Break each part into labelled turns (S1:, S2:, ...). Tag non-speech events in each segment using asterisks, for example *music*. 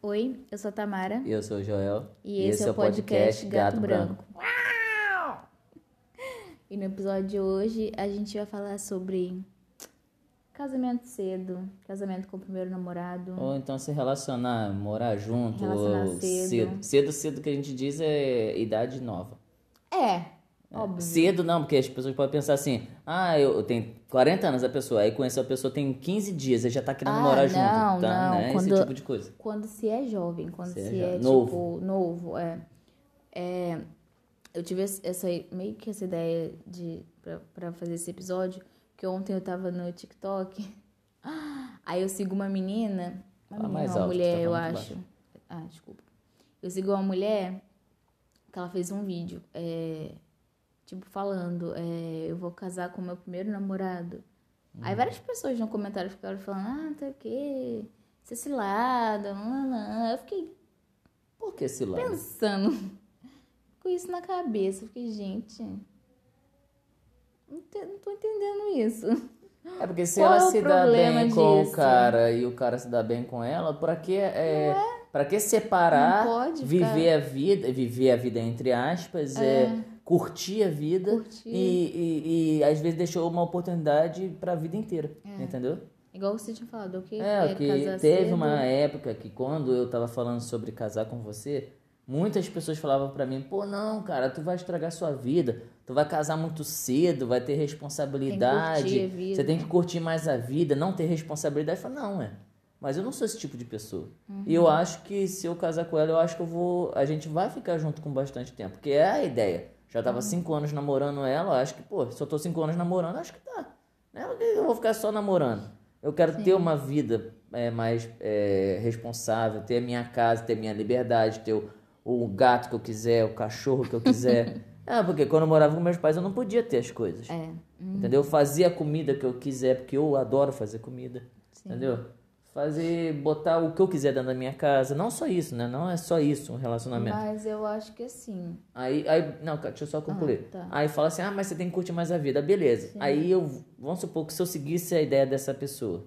S1: Oi, eu sou a Tamara
S2: Eu sou o Joel.
S1: e, esse, é o podcast, Gato, Branco. E no episódio de hoje a gente vai falar sobre casamento cedo, casamento com o primeiro namorado.
S2: Ou então se relacionar, morar junto.
S1: Relacionar
S2: ou
S1: cedo.
S2: cedo. Cedo, cedo que a gente diz é idade nova.
S1: É, óbvio.
S2: Cedo não, porque as pessoas podem pensar assim: ah, eu eu tenho 40 anos a pessoa, aí conheço a pessoa tem 15 dias, aí já tá querendo
S1: Ah,
S2: morar
S1: não,
S2: junto. Tá,
S1: não,
S2: né?
S1: quando-
S2: Esse tipo de coisa.
S1: Quando se é jovem, quando se,
S2: Se é
S1: é,
S2: jo-
S1: tipo
S2: novo.
S1: novo, é. É, eu tive esse- essa meio que essa ideia de pra- pra fazer esse episódio, que ontem eu tava no TikTok. Aí eu sigo uma menina, uma,
S2: Fala
S1: menina,
S2: mais
S1: uma
S2: alto,
S1: mulher,
S2: tá
S1: eu
S2: falando
S1: acho. Ah, desculpa. Eu sigo uma mulher que ela fez um vídeo, é, tipo falando, é, eu vou casar com meu primeiro namorado. Aí
S2: Uhum.
S1: várias pessoas no comentário ficaram falando, ah, não sei o quê, você se lada, nananã. Eu fiquei
S2: Por que esse lado?
S1: pensando *laughs* com isso na cabeça. Eu fiquei, gente, não, te- não tô entendendo isso.
S2: É porque se
S1: Qual
S2: ela
S1: é o
S2: se dá
S1: problema
S2: bem com o
S1: disso?
S2: cara e o cara se dá bem com ela, pra que é, pra que separar,
S1: Não pode
S2: viver a vida, viver a vida entre aspas, é, curtir a vida
S1: Curtir.
S2: E, e- e, às vezes deixou uma oportunidade pra vida inteira, entendeu?
S1: Igual você tinha falado, o que
S2: É, que
S1: É. casar
S2: teve
S1: cedo?
S2: uma época que quando eu tava falando sobre casar com você, muitas pessoas falavam pra mim, pô, não, cara, tu vai estragar sua vida, tu vai casar muito cedo, vai ter responsabilidade,
S1: Tem que curtir a vida."
S2: você tem que curtir mais a vida, não ter responsabilidade. Eu falo, não, é. Mas eu não sou esse tipo de pessoa. E eu acho que se eu casar com ela, eu acho que eu vou. A gente vai ficar junto com bastante tempo. Porque é a ideia. Já tava cinco anos namorando ela, eu acho que, pô, se eu tô cinco anos namorando, acho que dá. Né? Por que Eu vou ficar só namorando. Eu quero ter uma vida é, mais é, responsável, ter a minha casa, ter a minha liberdade, ter o, o gato que eu quiser, o cachorro que eu quiser. é, porque quando eu morava com meus pais, eu não podia ter as coisas.
S1: É.
S2: Entendeu? Fazer a comida que eu quiser, porque eu adoro fazer comida. Entendeu? Fazer, botar o que eu quiser dentro da minha casa. Não só isso, né? Não é só isso um relacionamento.
S1: Mas eu acho que assim.
S2: Aí, aí, não, cara, deixa eu só concluir.
S1: Ah, tá.
S2: Aí fala assim, ah, mas você tem que curtir mais a vida. Beleza. Aí eu, vamos supor que se eu seguisse a ideia dessa pessoa,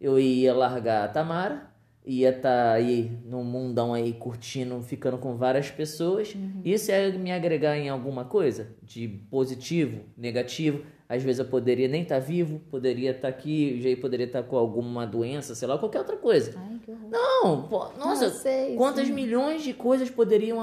S2: eu ia largar a Tamara, ia estar aí no mundão aí curtindo, ficando com várias pessoas.
S1: Uhum.
S2: Isso ia me agregar em alguma coisa de positivo, negativo. Às vezes eu poderia nem estar vivo, poderia estar aqui, já poderia estar com alguma doença, sei lá, qualquer outra coisa.
S1: Ai, que horror.
S2: Não, pô, nossa,
S1: eu sei,
S2: quantas
S1: sim.
S2: milhões de coisas poderiam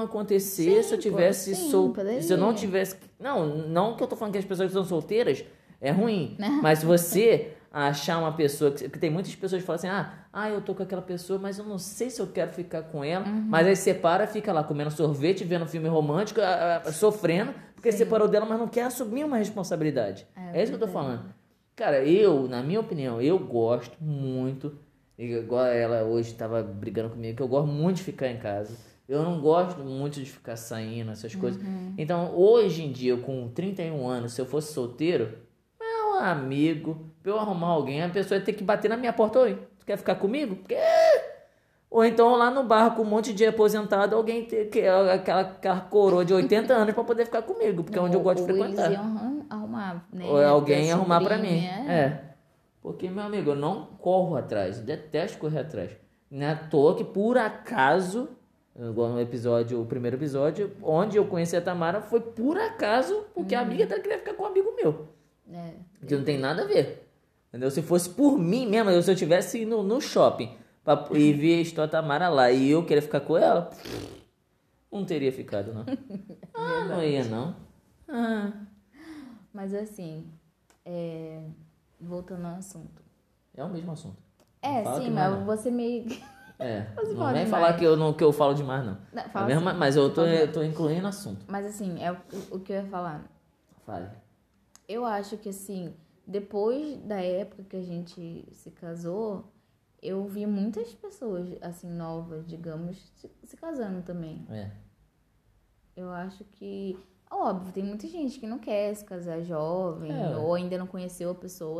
S1: Sim,
S2: acontecer se eu
S1: pô,
S2: tivesse
S1: sim,
S2: sol...
S1: poderia.
S2: se eu não tivesse, não, não que eu tô falando que as pessoas que são solteiras é ruim,
S1: Né? *laughs*
S2: mas você achar uma pessoa que porque tem muitas pessoas que falam assim: "Ah, ah, eu tô com aquela pessoa, mas eu não sei se eu quero ficar com ela".
S1: Uhum.
S2: Mas aí separa, fica lá comendo sorvete, vendo filme romântico, ah, ah, sofrendo, porque separou dela, mas não quer assumir uma responsabilidade.
S1: É
S2: é isso que eu tô
S1: verdade.
S2: falando. Cara, eu, na minha opinião, eu gosto muito. e Igual ela hoje tava brigando comigo, que eu gosto muito de ficar em casa. Eu não gosto muito de ficar saindo, essas coisas. Então, hoje em dia, com 31 anos, se eu fosse solteiro, meu amigo, pra eu arrumar alguém, a pessoa ia ter que bater na minha porta. Oi, tu quer ficar comigo? Porque ou então lá no bar com um monte de aposentado, alguém ter que, aquela, aquela coroa de 80 anos pra poder ficar comigo, porque é onde eu
S1: Ou-
S2: gosto de
S1: ou
S2: frequentar.
S1: Eles iam arrum- arrumar, né?
S2: Ou é alguém
S1: Minha
S2: arrumar pra mim.
S1: sobrinha,
S2: É. Porque, meu amigo, eu não corro atrás. Detesto correr atrás. Não é à toa que, por acaso, igual no episódio, o primeiro episódio, onde eu conheci a Tamara, foi por acaso, porque a amiga dela queria ficar com um amigo meu.
S1: É.
S2: Que não tem nada a ver. Entendeu? Se fosse por mim mesmo, eu- se eu tivesse ido no, no shopping pra, e ver a história da Tamara lá e eu queria ficar com ela, não teria ficado, não. Ah, não ia, não. Ah.
S1: Mas assim, é, voltando ao assunto.
S2: É o mesmo assunto.
S1: É,
S2: Não fala
S1: sim,
S2: que não é,
S1: mas
S2: não.
S1: você meio.
S2: *laughs* É,
S1: Você
S2: não
S1: fala
S2: vem
S1: demais.
S2: falar que eu, não, que eu falo demais, não.
S1: Não,
S2: É
S1: fala
S2: mesmo,
S1: assim,
S2: mas eu tô,
S1: fala
S2: eu tô incluindo assunto.
S1: Mas assim, é o, o que eu ia falar.
S2: Fale.
S1: Eu acho que assim, depois da época que a gente se casou, eu vi muitas pessoas, assim, novas, digamos, se- se casando também.
S2: É.
S1: Eu acho que. Óbvio, tem muita gente que não quer se casar jovem,
S2: É.
S1: ou ainda não conheceu a pessoa
S2: Ou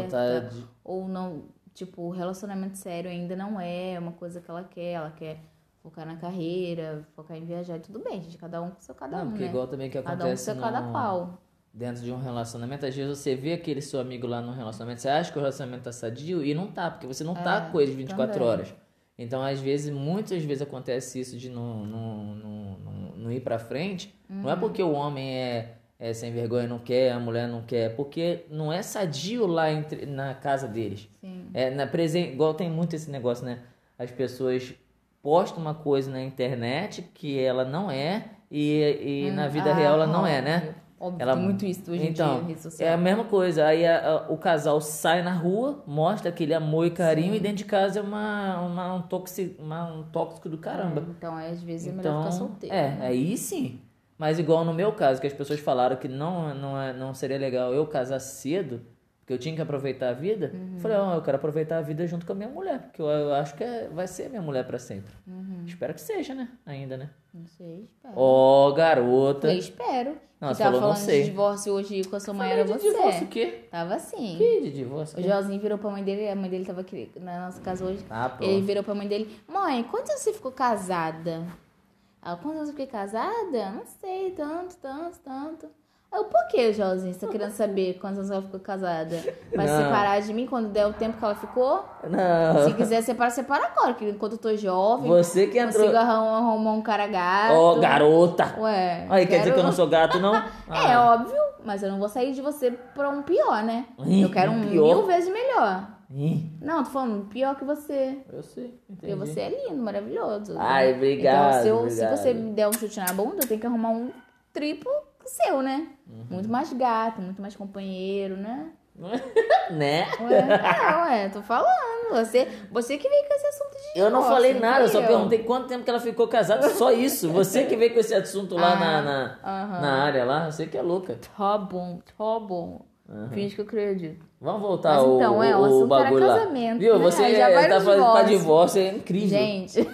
S2: não tá
S1: certa,
S2: de-
S1: ou não. Tipo, o relacionamento sério ainda não é uma coisa que ela quer, ela quer focar na carreira, focar em viajar, e tudo bem, gente, cada um com seu cada
S2: Não,
S1: um,
S2: porque
S1: né?
S2: igual também que
S1: Cada um com
S2: acontece
S1: seu cada
S2: no-
S1: qual.
S2: dentro de um relacionamento, às vezes você vê aquele seu amigo lá no relacionamento, você acha que o relacionamento tá sadio e não tá, porque você não tá com ele 24
S1: É, também.
S2: horas. Então, às vezes, muitas vezes acontece isso de não, não, não, não, não ir pra frente. Não é
S1: Uhum.
S2: porque o homem é, é sem vergonha, não quer, a mulher não quer. É Porque não é sadio lá entre, na casa deles.
S1: Sim.
S2: É, na presen... Igual tem muito esse negócio, né? As pessoas postam uma coisa na internet que ela não é e, e na vida
S1: Ah,
S2: real ela não
S1: óbvio.
S2: é, né?
S1: Óbvio,
S2: Ela-
S1: tem muito isso hoje em
S2: então,
S1: dia, rede
S2: É a
S1: social.
S2: mesma coisa. Aí a- a- o casal sai na rua, mostra aquele amor e carinho
S1: Sim.
S2: e dentro de casa é uma, uma- um, tóxico, uma- um tóxico do caramba.
S1: Então, aí, às vezes, é melhor
S2: Então,
S1: ficar solteiro.
S2: é,
S1: né?
S2: aí sim. Mas igual no meu caso, que as pessoas falaram que não, não, é- não seria legal eu casar cedo, porque eu tinha que aproveitar a vida. Eu Falei, ó, eu quero aproveitar a vida junto com a minha mulher, porque eu, eu acho que é- vai ser minha mulher pra sempre.
S1: Uhum.
S2: Espero que seja, né? Ainda, né?
S1: Não sei, espero.
S2: Ó,
S1: Eu
S2: garota.
S1: falei, espero.
S2: Não,
S1: que
S2: você
S1: tava
S2: falou, não
S1: falando
S2: sei.
S1: de divórcio hoje com a sua mãe,
S2: Falei
S1: era
S2: de
S1: você.
S2: divórcio o quê?
S1: Tava assim.
S2: Que de divórcio?
S1: O Joãozinho virou pra mãe dele, a mãe dele tava aqui na nossa casa hoje.
S2: Ah, pronto.
S1: Ele virou pra mãe dele, mãe, quantos anos você ficou casada? Ela, quantos anos eu fiquei casada? Não sei, tanto, tanto, tanto. Eu, por que, Joãozinho? Você tá querendo saber quantos anos ela ficou casada? Vai
S2: Não.
S1: separar de mim quando der o tempo que ela ficou?
S2: Não. *laughs*
S1: Se quiser separar, separa agora, que enquanto eu tô jovem,
S2: Você que entrou.
S1: consigo arrum- arrumar um cara gato.
S2: Ó, garota.
S1: Ué,
S2: Aí quer dizer
S1: quero-
S2: que eu não sou gato,
S1: *laughs*
S2: não?
S1: É
S2: Ah,
S1: óbvio, mas eu não vou sair de você pra um pior, né?
S2: Ih,
S1: eu quero
S2: um
S1: um
S2: pior?
S1: mil vezes melhor.
S2: ih,
S1: Não, tô falando pior que você.
S2: Eu sei,
S1: Porque
S2: entendi.
S1: você é lindo, maravilhoso.
S2: Ai, obrigado,
S1: Então, se, eu- se
S2: obrigado.
S1: você me der um chute na bunda, eu tenho que arrumar um triplo seu, né?
S2: Uhum.
S1: Muito mais gato, muito mais companheiro, né?
S2: né?
S1: Ué, é, ué, tô falando. Você, você que veio com esse assunto de
S2: Eu não
S1: divórcio,
S2: falei nada, eu só
S1: fui
S2: perguntei quanto tempo que ela ficou casada, só isso. Você que veio com esse assunto lá na, na,
S1: Ah, Aham.
S2: na área lá, você que é louca.
S1: Tá bom, tá bom.
S2: Uhum.
S1: Finge que eu acredito.
S2: Vamos voltar
S1: Mas
S2: ao,
S1: então, é, o
S2: ao
S1: assunto era
S2: bagulho lá.
S1: casamento,
S2: Viu?
S1: né?
S2: Você
S1: Aí já vai
S2: tá
S1: no
S2: fazendo pra
S1: divórcio.
S2: divórcio, é incrível. *laughs*
S1: Gente.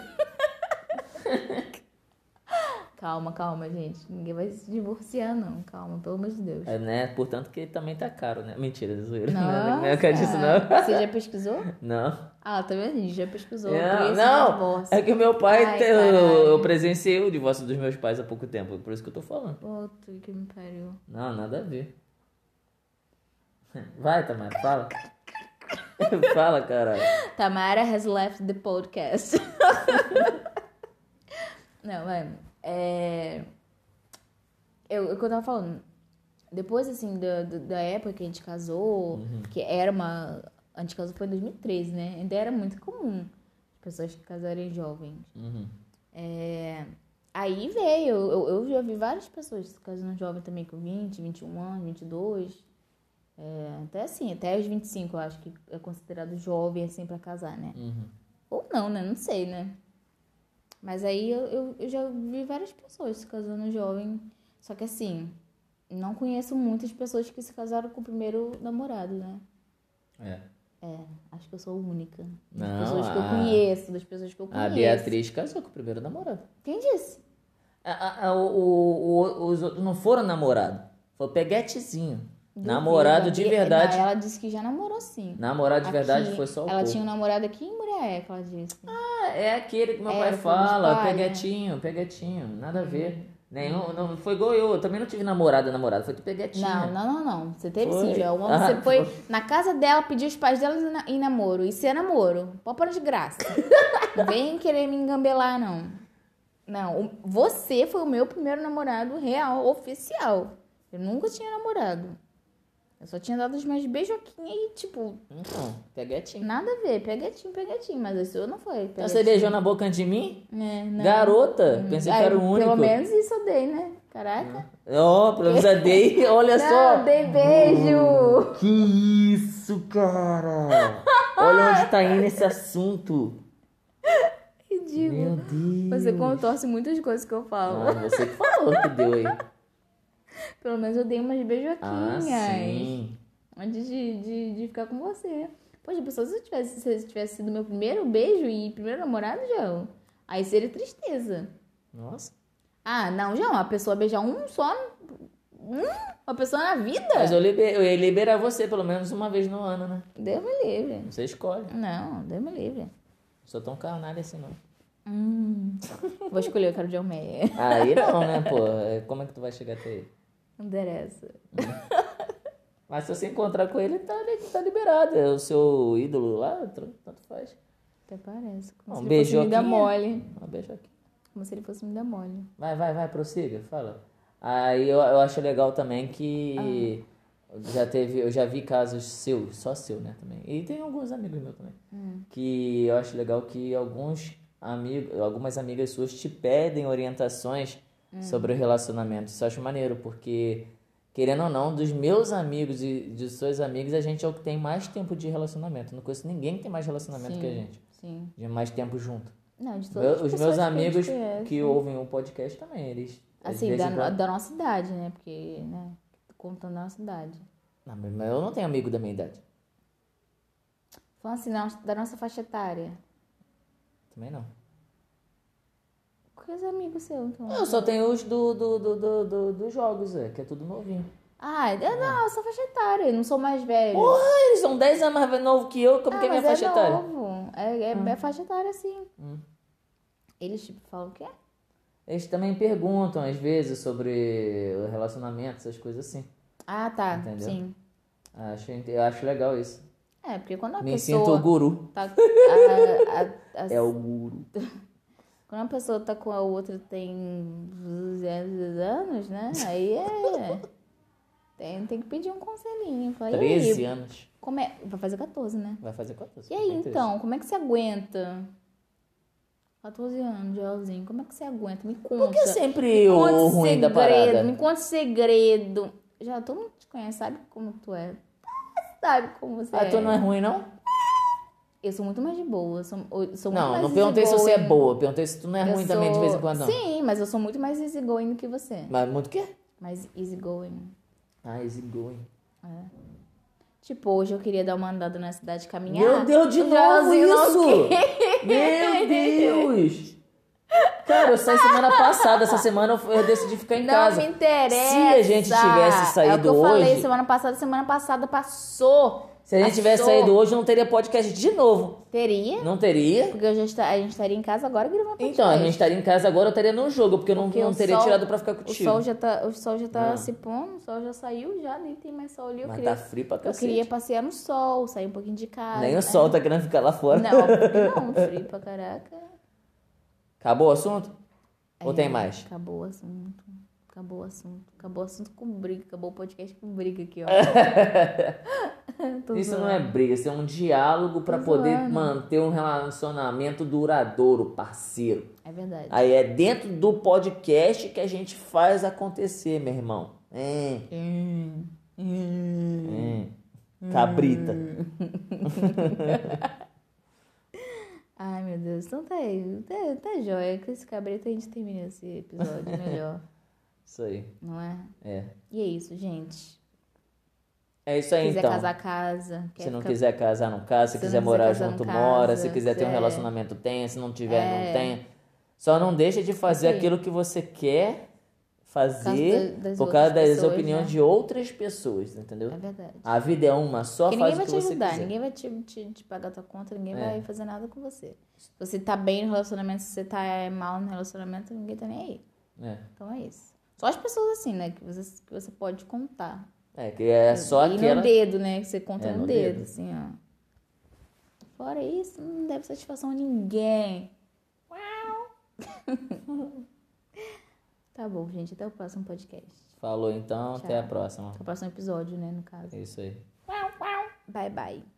S1: calma, calma, gente. Ninguém vai se divorciar, não. Calma, pelo amor de Deus.
S2: É, né? Portanto que também tá caro, né? Mentira, zoeira. *laughs* Não, não, não é
S1: Nossa.
S2: por causa disso, não.
S1: Você já pesquisou?
S2: Não.
S1: Ah, tá vendo? A gente já pesquisou.
S2: Não,
S1: preço
S2: não.
S1: do divórcio.
S2: É que o meu pai,
S1: Ai,
S2: te- eu,
S1: caralho.
S2: eu presenciei o divórcio dos meus pais há pouco tempo, por isso que eu tô falando.
S1: Puta que me pariu.
S2: Não, nada a ver. Vai, Tamara, fala. *laughs* fala, caralho.
S1: Tamara has left the podcast. *laughs* Não, vai. É... Eu, é o que eu tava falando. Depois, assim, da, da- da época que a gente casou, que era uma... A gente casou foi em 2013, né? Ainda era muito comum as pessoas que casarem jovens.
S2: Uhum.
S1: Aí veio, eu, eu já vi várias pessoas casando jovem também com 20, 21 anos, 22. É, até assim, até os 25 eu acho que é considerado jovem assim pra casar, né?
S2: Uhum.
S1: Ou não, né? Não sei, né? Mas aí eu, eu, eu já vi várias pessoas se casando jovem. Só que assim, não conheço muitas pessoas que se casaram com o primeiro namorado, né?
S2: É.
S1: Acho que eu sou única. Das
S2: Não,
S1: pessoas que eu
S2: a-
S1: conheço, das pessoas que eu conheço.
S2: A Beatriz casou com o primeiro namorado.
S1: Quem disse?
S2: A- a- a- o- o- o- os outros não foram namorado. Foi peguetezinho.
S1: Duvido,
S2: namorado
S1: a
S2: de
S1: Bia-
S2: verdade.
S1: Não, ela disse que já namorou sim.
S2: Namorado de verdade
S1: Aqui,
S2: foi só o
S1: Ela
S2: povo.
S1: tinha um namorado aqui em Muriaé, que ela disse.
S2: Ah, É aquele que meu
S1: É,
S2: pai
S1: foi de
S2: fala,
S1: palha.
S2: peguetinho, peguetinho, nada a
S1: Uhum.
S2: ver. Nenhum, não, foi igual eu, eu também não tive namorada, namorada, foi de peguetinho.
S1: Não, não, não, não. Você teve
S2: Foi.
S1: sim, Joel. Uma-
S2: Ah,
S1: você foi na casa dela, pediu os pais dela em na- em namoro. Isso é namoro. Pode parar de
S2: *laughs*
S1: graça. Não Vem querer me engambelar, não. Não, o- você foi o meu primeiro namorado real, oficial. Eu nunca tinha namorado. Eu só tinha dado os meus beijoquinhos e, tipo,
S2: Então, peguetinho.
S1: nada a ver. Pegatinho, pegatinho. Mas esse eu não foi.
S2: Então você beijou na boca antes de mim?
S1: É, não.
S2: Garota, pensei que
S1: Ah,
S2: era o único.
S1: Pelo menos isso eu dei, né? Caraca.
S2: Ó, pelo menos eu dei, olha
S1: Não,
S2: só. Hum.
S1: dei beijo.
S2: Que isso, cara! Olha onde tá indo esse assunto.
S1: Ridículo.
S2: Meu Deus.
S1: Você contorce muitas coisas que eu falo.
S2: Hum. Ah, você que falou que deu aí.
S1: Pelo menos eu dei umas beijoquinhas
S2: Ah,
S1: é?
S2: sim.
S1: antes de, de, de ficar com você. Poxa, pessoal, se eu tivesse, se esse tivesse sido meu primeiro beijo e primeiro namorado, João, aí seria tristeza.
S2: Nossa.
S1: Ah, não, João, a pessoa beijar um só. Hum, uma pessoa na vida?
S2: Mas eu, liber, eu ia liberar você pelo menos uma vez no ano, né?
S1: Deus me livre.
S2: Você escolhe.
S1: Não, Deus me livre.
S2: Não sou tão carnalha assim, não.
S1: Hum. *laughs* Vou escolher, eu quero John Mayer.
S2: Aí não, né, pô? É, Como é que tu vai chegar até ele?
S1: Não interessa.
S2: Mas se você encontrar com ele, tá, li- tá liberado. É o seu ídolo lá, tr- tanto faz.
S1: Até parece. Como
S2: Um
S1: se ele fosse me dar
S2: beijoquinha.
S1: mole.
S2: Uma beijoquinha.
S1: Como se ele fosse me dar mole.
S2: Vai, vai, vai, prossiga, fala. Aí eu, eu acho legal também que já teve, eu já vi casos seus, só seu, né, também. E tem alguns amigos meus também. Que eu acho legal que alguns amigos, algumas amigas suas te pedem orientações sobre o relacionamento. Isso eu acho maneiro, porque querendo ou não, dos meus amigos e de seus amigos, a gente é o que tem mais tempo de relacionamento. Eu Não conheço ninguém que tem mais relacionamento que a gente,
S1: Sim.
S2: de mais tempo junto.
S1: Não, de todas
S2: Meu-
S1: as
S2: os
S1: pessoas
S2: meus
S1: que a gente
S2: amigos
S1: conhece. né?
S2: que ouvem o podcast também, eles. às
S1: Assim,
S2: vezes
S1: da,
S2: em
S1: no-
S2: quando-
S1: da nossa idade, né? Porque, né? tô Contando da nossa idade.
S2: Não, mas- mas eu não tenho amigo da minha idade.
S1: Falando assim, na- da nossa faixa etária.
S2: Também não.
S1: Quais amigos seus, então?
S2: Eu só tenho os do, do, do, do, do- dos jogos, é, que é tudo novinho.
S1: Ah, é da nossa faixa etária. eu Não sou mais velho.
S2: Porra, eles são 10 anos mais novo que eu, como
S1: Ah,
S2: que é minha
S1: mas
S2: faixa
S1: é
S2: etária? Ah. Hum.
S1: novo. É, é, é faixa etária, sim. Eles, tipo, falam o quê?
S2: Eles também perguntam, às vezes, sobre o relacionamento, essas coisas assim.
S1: Ah, tá.
S2: Entendeu?
S1: Sim.
S2: Acho, eu acho legal isso.
S1: É, porque quando uma
S2: Me sinto o
S1: pessoa
S2: guru.
S1: tá... a- a-
S2: *laughs*
S1: a-
S2: É o guru.
S1: Quando uma pessoa tá com a outra tem 200 anos, né? Aí
S2: *laughs*
S1: é... Tem, tem que pedir um conselhinho. Fala, e aí,
S2: 13 anos.
S1: Como é... Vai fazer 14, né?
S2: Vai fazer 14.
S1: E aí,
S2: tem 13.
S1: então? Como é que você aguenta? 14 anos, Joelzinho. Como é que você aguenta? Me conta.
S2: Por que sempre o
S1: Conte
S2: ruim da parada?
S1: Me conta segredo. Já todo mundo te conhece, sabe como tu é. *laughs* Sabe como você
S2: Ah,
S1: é.
S2: tu não é ruim, não?
S1: Eu sou muito mais de boa. Sou, eu sou muito
S2: Não,
S1: mais
S2: não perguntei se
S1: easygoing.
S2: você é boa, perguntei se tu não é
S1: Eu
S2: ruim também de
S1: sou-
S2: vez em quando, não.
S1: Sim, mas eu sou muito mais easygoing do que você.
S2: Mas muito o quê?
S1: Mais easygoing.
S2: Ah, easygoing.
S1: Tipo, hoje eu queria dar uma andada na cidade caminhar.
S2: Meu Deus, de
S1: O
S2: novo
S1: Joãozinho não
S2: isso!
S1: quer. *laughs*
S2: Meu Deus! Cara, eu saí semana passada, essa semana eu- eu decidi ficar em
S1: Não
S2: casa.
S1: me interessa.
S2: Se a gente tivesse
S1: é o que
S2: saído
S1: eu falei
S2: hoje-
S1: semana passada. Semana passada passou.
S2: Se a gente tivesse
S1: Passou.
S2: saído hoje, não teria podcast de novo.
S1: Teria.
S2: Não teria.
S1: Porque eu já esta- a gente estaria em casa agora gravando
S2: Então, a gente estaria em casa agora, eu estaria num jogo, porque eu não,
S1: Porque
S2: não
S1: o
S2: teria
S1: sol-
S2: tirado pra ficar
S1: O
S2: contigo.
S1: sol já tá, o sol já tá
S2: Ah.
S1: se pondo, o sol já saiu, já nem tem mais sol ali. Eu
S2: Mas
S1: queria,
S2: tá frio pra
S1: eu
S2: cacete.
S1: queria passear no sol, sair um pouquinho de casa.
S2: Nem
S1: né?
S2: o sol tá querendo ficar lá fora.
S1: Não, frio não, frio pra caraca.
S2: Acabou o assunto? Ou
S1: É,
S2: tem mais?
S1: Acabou o assunto. Acabou o assunto. Acabou o assunto com briga. Acabou o podcast com briga aqui,
S2: *laughs*
S1: ó. Tô
S2: Isso não
S1: zoando.
S2: é briga, isso é um diálogo pra
S1: Tô
S2: poder
S1: zoando.
S2: manter um relacionamento duradouro, parceiro.
S1: É verdade.
S2: Aí é dentro do podcast que a gente faz acontecer, meu irmão. É,
S1: Hum, hum.
S2: é. Cabrita.
S1: Ai, meu Deus. Então tá aí. Tá, tá joia. Com esse cabrito a gente termina esse
S2: *laughs*
S1: episódio melhor,
S2: Isso aí.
S1: não é?
S2: É.
S1: E é isso, gente.
S2: É isso aí
S1: quiser
S2: então.
S1: casar, casa.
S2: se
S1: Quer
S2: não
S1: ficar-
S2: quiser casar, não casa. Se,
S1: Se não
S2: quiser
S1: quiser
S2: morar
S1: casar,
S2: junto,
S1: não
S2: mora.
S1: casa.
S2: Se quiser ter um
S1: É.
S2: relacionamento, tenha. Se não tiver,
S1: É.
S2: não tenha. Só não deixa de fazer
S1: Sim.
S2: aquilo que você quer fazer
S1: da- das
S2: por causa
S1: outras
S2: das
S1: pessoas,
S2: opiniões
S1: né?
S2: de outras pessoas, entendeu?
S1: É verdade.
S2: A vida é uma só,
S1: Porque ninguém
S2: faz
S1: vai
S2: o que
S1: te
S2: você
S1: ajudar,
S2: quiser.
S1: ninguém vai te, te, te pagar tua conta, ninguém
S2: É.
S1: vai fazer nada com você. Se você tá bem no relacionamento, se você tá é, mal no relacionamento, ninguém tá nem aí.
S2: É.
S1: Então é isso. Só as pessoas assim, né? Que você, que você pode contar.
S2: É, que é só
S1: e
S2: aquela...
S1: no dedo, né? Que você conta
S2: É,
S1: no,
S2: no
S1: dedo,
S2: dedo.
S1: assim, ó. Fora isso, não deve satisfação a ninguém. Uau! *laughs* tá bom, gente. Até o próximo podcast.
S2: Falou então, até a
S1: Tchau.
S2: próxima.
S1: Até o próximo episódio, né? No caso.
S2: É isso aí.
S1: Bye, bye.